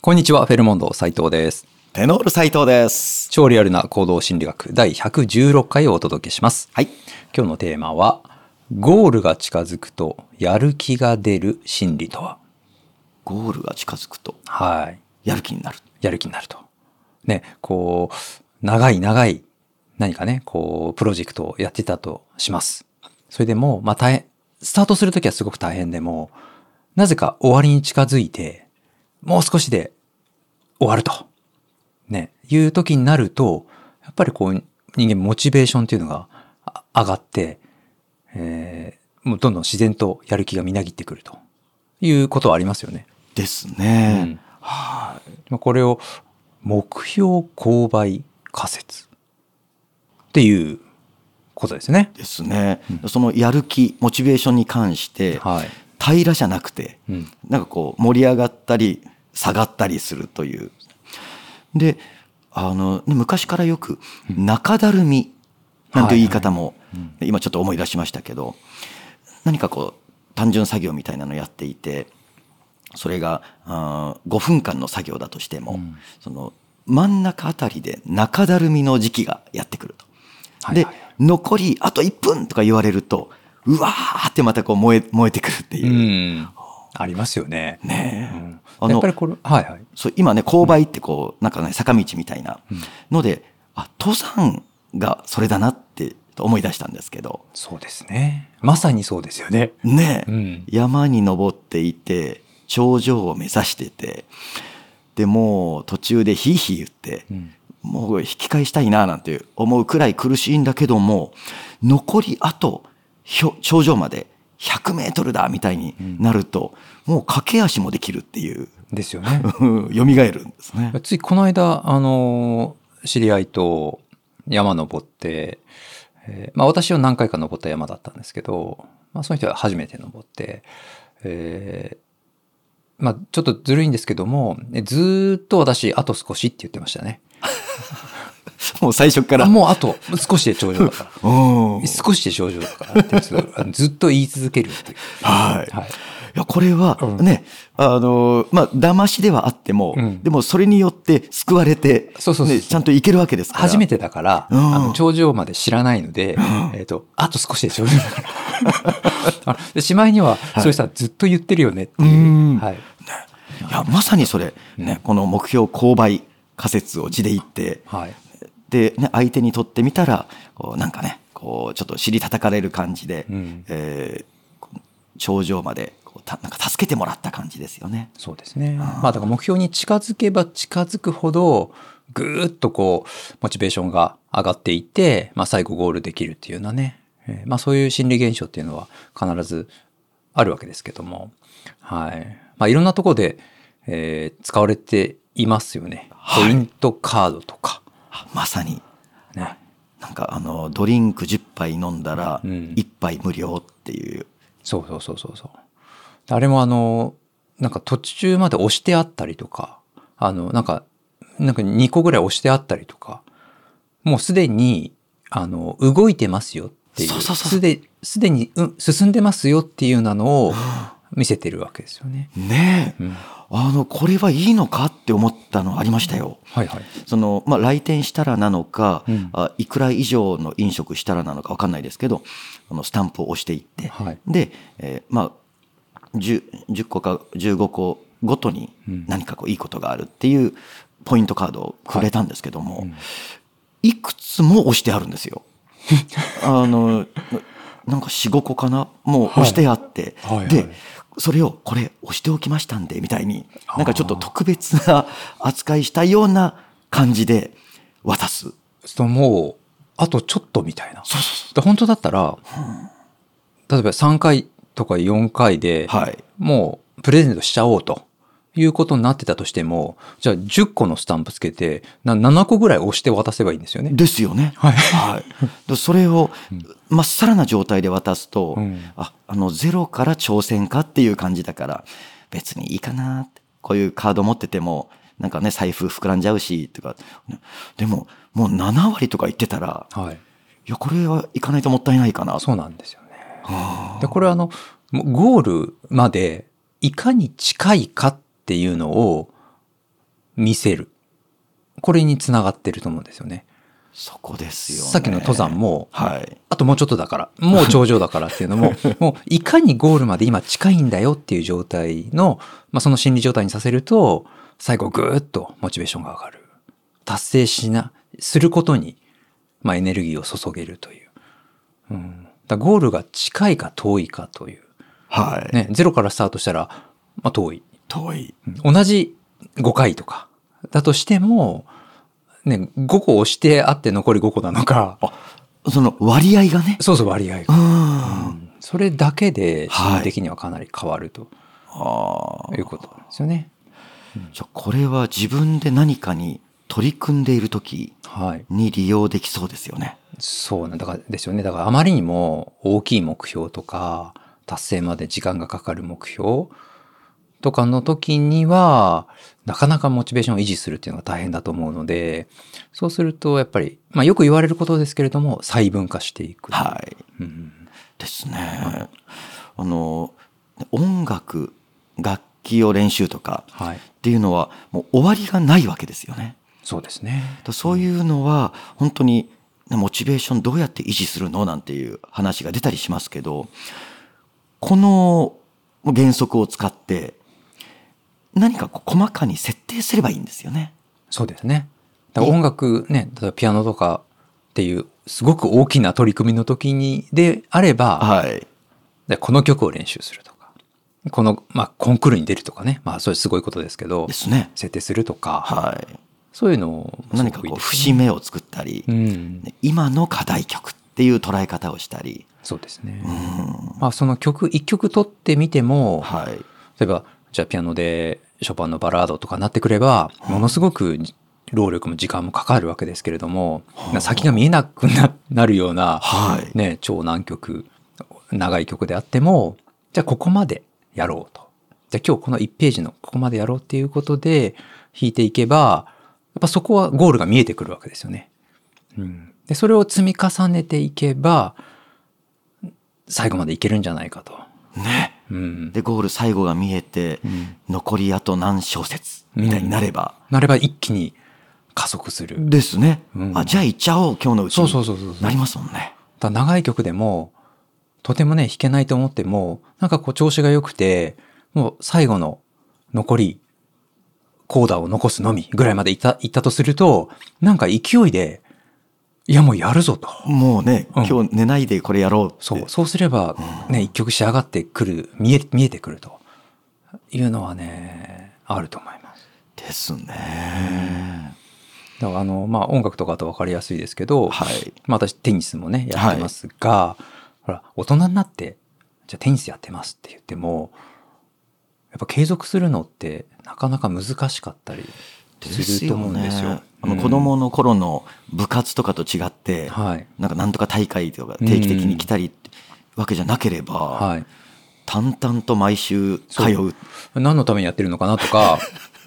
こんにちは、フェルモンド斉藤です。テノール斉藤です。超リアルな行動心理学第116回をお届けします。はい。今日のテーマは、ゴールが近づくとやる気が出る心理とは。ゴールが近づくと、はい。やる気になる。やる気になると。ね、こう、長い長い何かね、こう、プロジェクトをやってたとします。それでも、まあ大変、スタートするときはすごく大変でも、なぜか終わりに近づいて、もう少しで終わると。ね、いう時になると、やっぱりこう、人間モチベーションっていうのがあ上がって、えーもうどんどん自然とやる気がみなぎってくるということはありますよね。ですうねん。まあこれを目標勾配仮説っていうことですね。ですね。そのやる気、モチベーションに関して、はい。平らじゃなくて、うん。なんかこう、盛り上がったり、下がったりするという。で、あの、ね昔からよく、中だるみ、なんていう言い方も、今ちょっと思い出しましたけど、何かこう、単純作業みたいなのやっていて、それがあー5分間の作業だとしても、うんその真ん中あたりで中だるみの時期がやってくると。はいではいはい残りあと1分とか言われるとうわーってまたこう燃え燃えてくるっていうう。ん。ありますよね。ねえうんあのやっぱりこれ、はいはい。そう今ね勾配ってこうなんかね坂道みたいなのであ登山がそれだなって思い出したんですけどそうですね。まさにそうですよね。ねえ、うん山に登っていて頂上を目指しててでもう途中でヒーヒー言って、うんもう引き返したいななんて思うくらい苦しいんだけども残りあとひょ頂上まで100メートルだみたいになると、もう駆け足もできるっていう ですよね。うん蘇るんで すね。ついこの間、あの、知り合いと山登って、えーまあ私は何回か登った山だったんですけど、まあその人は初めて登って、えーまあちょっとずるいんですけども、えずーっと私、あと少しって言ってましたね。もう最初から。あもうあと少しで頂上だかうんら。少しで頂上だからってずずっと言い続けるっていう。はいはい。いやこれはうんね、あのまあ騙しではあっても、うんでもそれによって救われてそうそうそうね、ちゃんといけるわけですから初めててだから、うんあの頂上まで知らないので、えっ、と、あと少しで頂上だから。あの でしまいには、そういう人はずっと言ってるよねっていう。うんはい。いやまさにそれ、ね、この目標勾配仮説を字で言ってはい。で、ね、相手にとってみたらこうなんかねこうちょっと尻叩かれる感じで、うんえーこう頂上までこうたなんか助けてもらった感じですよね。そうですね。まあ、だから目標に近づけば近づくほど、ぐーっとこう、モチベーションが上がっていって、まあ、最後ゴールできるっていうようなね、えーまあ、そういう心理現象っていうのは必ずあるわけですけども、はい。まあ、いろんなところで、えー使われていますよね。はいポイントカードとか、あまさにね。なんかあのドリンク10杯飲んだらうん1杯無料っていう、そうそうそうそうそう。あれもあの、なんか途中まで押してあったりとか、あの、なんか、なんか2個ぐらい押してあったりとか、もうすでに、あの、動いてますよっていう、そうそうそうすで、すでに、うん、進んでますよっていうようなのを見せてるわけですよね。ねえ、うんあのこれはいいのかって思ったのありましたよ。はいはい。そのまあ、来店したらなのか、うんあいくら以上の飲食したらなのか分かんないですけどあのスタンプを押していって、はいで、えーまあ、10, 10個か15個ごとにうん何かこういいことがあるっていうポイントカードをくれたんですけども、うんいくつも押してあるんで すよ。あのなんか45個かなもう押してあって、はいはいはいでそれをこれ押しておきましたんでみたいにあーなんかちょっと特別な扱いしたような感じで渡す。そのもう、あとちょっとみたいな。そうそだ本当だったら、例えば3回とか4回で、はい。もうプレゼントしちゃおうということになってたとしても、じゃあ10個のスタンプつけて、な7個ぐらい押して渡せばいいんですよね。ですよね。はいはい。でそれをまっさらな状態で渡すと、うんあ、あのゼロから挑戦かっていう感じだから、別にいいかなって。こういうカード持ってても、なんかね、財布膨らんじゃうし、とか。でも、もう7割とか言ってたら、はい。いや、これはいかないともったいないかな。そうなんですよね。で、これはあの、もうゴールまでいかに近いかっていうのを見せる。これにつながってると思うんですよね。そこですよ、ね。さっきの登山も、はい。あともうちょっとだから、もう頂上だからっていうのも、もういかにゴールまで今近いんだよっていう状態の、まあ、その心理状態にさせると、最後ぐーっとモチベーションが上がる。達成しな、することに、まあ、エネルギーを注げるという。うん。だからゴールが近いか遠いかという。はい。ね、ゼロからスタートしたら、まあ、遠い。遠い。うん同じ5回とかだとしても、ね、5個押してあって残り5個なのか、 その割合がね。そうそう割合うが。ん。それだけで心理的にはかなり変わるとああいうことなんですよね。じゃあこれは自分で何かに取り組んでいる時はい。に利用できそうですよね。そうなんだからですよね。だからあまりにも大きい目標とか、達成まで時間がかかる目標とかの時には、なかなかモチベーションを維持するっていうのが大変だと思うので、そうするとやっぱり、まあよく言われることですけれども、細分化していく。はい。うんですね。あの、音楽、楽器を練習とかはい。っていうのはもう終わりがないわけですよね。そうですね。だからそういうのは本当にモチベーションどうやって維持するのなんていう話が出たりしますけど、この原則を使って何かこう細かに設定すればいいんですよね。そうですね。だから音楽ね、例えばピアノとかっていう、すごく大きな取り組みの時にであれば、はい。でこの曲を練習するとかこの、まあ、コンクールに出るとかね、まあ、それすごいことですけどですね。設定するとか、はい。そういうのを何かこう節目を作ったり、うん、今の課題曲っていう捉え方をしたり、そうですね、うんまあ、その曲一曲取ってみてもはい例えばじゃあピアノでショパンのバラードとかになってくればものすごく労力も時間もかかるわけですけれども、はあ先が見えなくななるような、はいね、超難曲長い曲であってもじゃあここまでやろうとじゃあ今日この1ページのここまでやろうっていうことで弾いていけばやっぱそこはゴールが見えてくるわけですよね。うん、でそれを積み重ねていけば最後までいけるんじゃないかと。ね。うん、でゴール最後が見えて、ん残りあと何小節みたいになれば、なれば一気に加速する。ですね、うんあじゃあ行っちゃおう今日のうちにそうそうそうそう。なりますもんね。だ長い曲でも、とてもね、弾けないと思っても、なんかこう調子が良くて、もう最後の残り、コーダを残すのみぐらいまでいった、いったとすると、なんか勢いで、いやもうやるぞと。もうね、うん今日寝ないでこれやろうってそう、そうすれば、ね、一曲仕上がってくる、見え、見えてくるというのはね、あると思います。ですね。だからあの、まあ音楽とかだと分かりやすいですけど、はいまあ私テニスもね、やってますが、ほら、大人になって、じゃあテニスやってますって言っても、やっぱ継続するのってなかなか難しかったりすると思うんですよ。ねあのうん子供の頃の部活とかと違って、はい。なんかなんとか大会とか定期的に来たりってわけじゃなければ、はい。淡々と毎週通そうう。何のためにやってるのかなとか、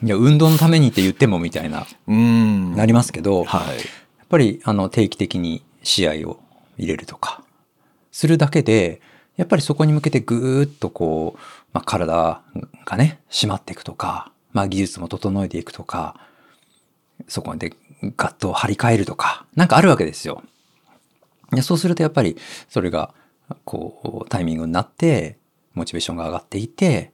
いや、運動のためにって言ってもみたいな、うんなりますけど、はい。やっぱりあの定期的に試合を入れるとかするだけでやっぱりそこに向けてぐーっとこう、まあ、体がね締まっていくとか、まあ、技術も整えていくとかそこでガッと張り替えるとかなんかあるわけですよ。でそうするとやっぱりそれがこうタイミングになってモチベーションが上がっていて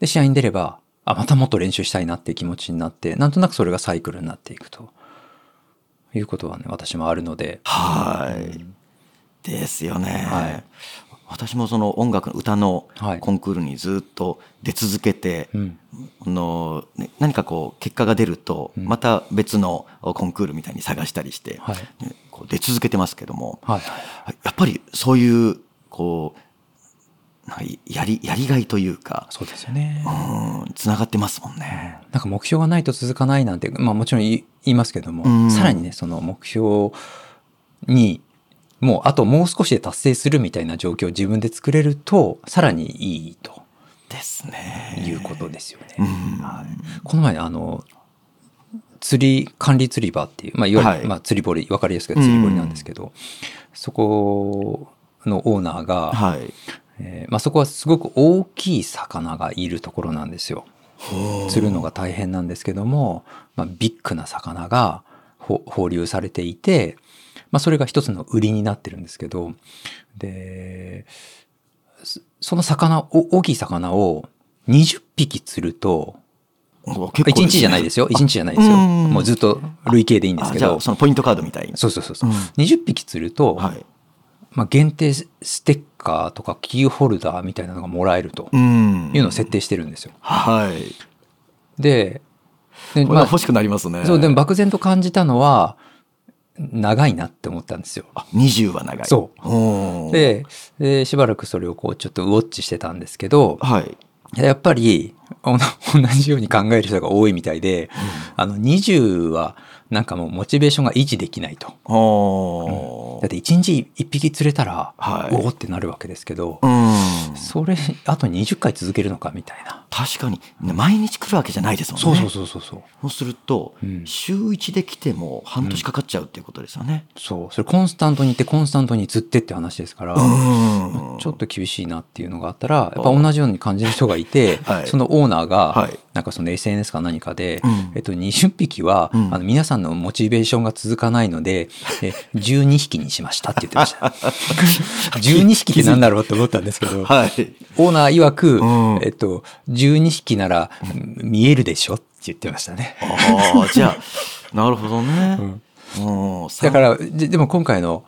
で試合に出ればあまたもっと練習したいなっていう気持ちになってなんとなくそれがサイクルになっていくということはね私もあるのではい。ですよね。はい私もその音楽の歌のはいコンクールにずっと出続けて、うんあのね何かこう結果が出るとうんまた別のコンクールみたいに探したりして、はいねこう出続けてますけどもはいやっぱりそういうこうなんかやりやりがいというかそうですよねうんつながってますもんね。なんか目標がないと続かないなんてまあもちろん言い言いますけども、うんさらにねその目標にもうあともう少しで達成するみたいな状況を自分で作れるとさらにいいとですね。いうことですよね。うんこの前あの釣り管理釣り場っていう、まあ、いわゆる、はいまあ、釣り堀分かりやすく言うと釣り堀なんですけど、そこのオーナーが、はい。えーまあ、そこはすごく大きい魚がいるところなんですよ。釣るのが大変なんですけども、まあ、ビッグな魚がほ放流されていて、まあ、それが一つの売りになってるんですけどでそその魚お大きい魚を20匹釣ると1 1日じゃないですよ1日じゃないですよもうずっと累計でいいんですけじゃどあそのポイントカードみたいな。そうそうそうそう、うん20匹釣ると、はい。まあ、限定ステッカーとかキーホルダーみたいなのがもらえるとうん。いうのを設定してるんですよ。はい。でで、これまはあ、欲しくなりますね。そうでも漠然と感じたのは長いなって思ったんですよ。あ20は長い。。そうで、ででしばらくそれをこうちょっとウォッチしてたんですけどはい。やっぱりおな 同じように考える人が多いみたいであの20はなんかもうモチベーションが維持できないと。おだって1日1匹釣れたら、はいおおってなるわけですけど、うん。それあと20回続けるのかみたいな。確かに、ね毎日来るわけじゃないですもんね。そうそうそうそうそう。そうすると、うん週1で来ても半年かかっちゃうっていうことですよね。そう。それコンスタントに行って、コンスタントに釣ってって話ですから、うんちょっと厳しいなっていうのがあったら、やっぱ同じように感じる人がいて、 はいそのオーナーが、はいなんかその SNS か何かで、うんえっと、20匹は、うんあの皆さんのモチベーションが続かないの で、え12匹にしましたって言ってました。12匹 って何だろうって思ったんですけど、はい。オーナー曰く、うんえっと、12匹なら見えるでしょって言ってましたね。 ああ、じゃあ、なるほどね。うん。、だからら、ででも今回の、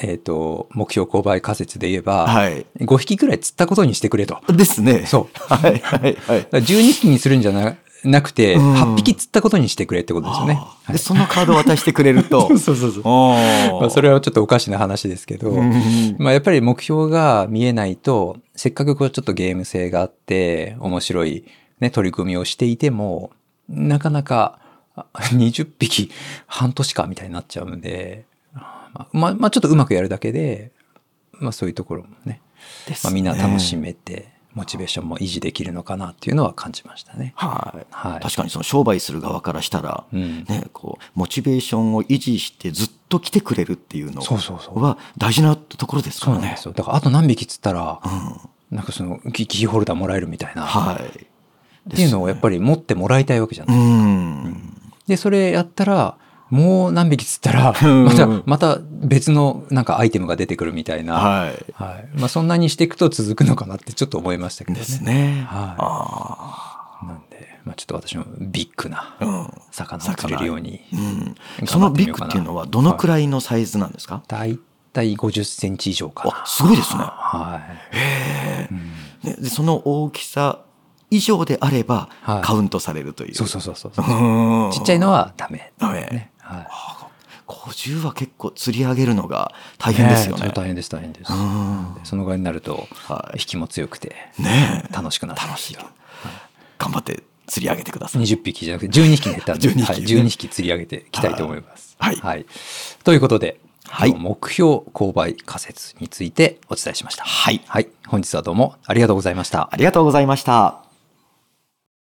えっと目標購買仮説で言えば、はい。 5匹ぐらい釣ったことにしてくれと。だかですね。そう はいはいはい。ら12匹にするんじゃななくて、うん8匹釣ったことにしてくれってことですよね。あーで、そのカードを渡してくれると。 そうそうそう。おまあ、それれはちょっとおかしな話ですけど、まあ、やっぱり目標が見えないと、せっかくこうちょっとゲーム性があって、面白い、ね、取り組みをしていても、なかなかあ20匹半年かみたいになっちゃうんで、まあ、まあまあ、ちょっとうまくやるだけで、まあそういうところもね、まあ、みんな楽し。めて、モチベーションも維持できるのかなっていうのは感じましたね。はい。はい。確かにその商売する側からしたら、うんね、こうモチベーションを維持してずっと来てくれるっていうのそうそうそうは大事なところですかそうらなんでね。すよ。だからあと何匹釣ったら、うんなんかそのキキーホルダーもらえるみたいな。はい。っていうのをやっぱり持ってもらいたいわけじゃうない。ん。で、それやったら、もう何匹釣ったら、うんまた、また別のなんかアイテムが出てくるみたいな。はい。はい。まあそんなにしていくと続くのかなってちょっと思いましたけどでね。すね。はあい。なんで、まあちょっと私もビッグなあ。うん。魚を釣れるように。うん頑張ってみようかなそのビッグっていうのはどのくらいのサイズなんですか、だいたい50センチ以上かあな。すごいですねはい。ねでその大きさ以上であればはいカウントされるという、そうそうそうそう。うんちっちゃいのはダメ。ダメね。はい。 50は結構釣り上げるのが大変ですよえねえ大変です、大変です。うんそのぐらいになるとは、い引きも強くて、ねえ楽しくなって楽しい頑張って釣り上げてください20匹じゃなくて12匹に減ったんで、 12匹はい、12匹釣り上げていきたいと思います。はいということで、はい今日目標購買仮説についてお伝えしました。はいはい、本日はどうもありがとうございました。ありがとうございました